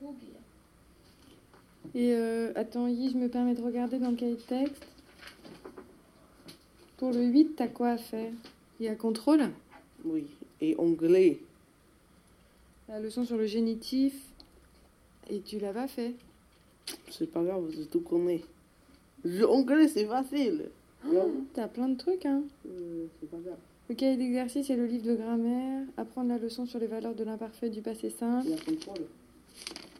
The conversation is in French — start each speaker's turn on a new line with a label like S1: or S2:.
S1: Rouguire.
S2: Et euh, attends, Yi, je me permets de regarder dans le cahier de texte. Pour le 8, t'as quoi à faire Il y a contrôle
S3: Oui, et anglais.
S2: La leçon sur le génitif. Et tu l'as pas fait.
S3: C'est pas grave, je tout connais. Le anglais, c'est facile.
S2: T'as plein de trucs, hein
S3: Euh, c'est pas grave.
S2: Le cahier d'exercice et le livre de grammaire. Apprendre la leçon sur les valeurs de l'imparfait du passé simple.
S3: Il y a contrôle.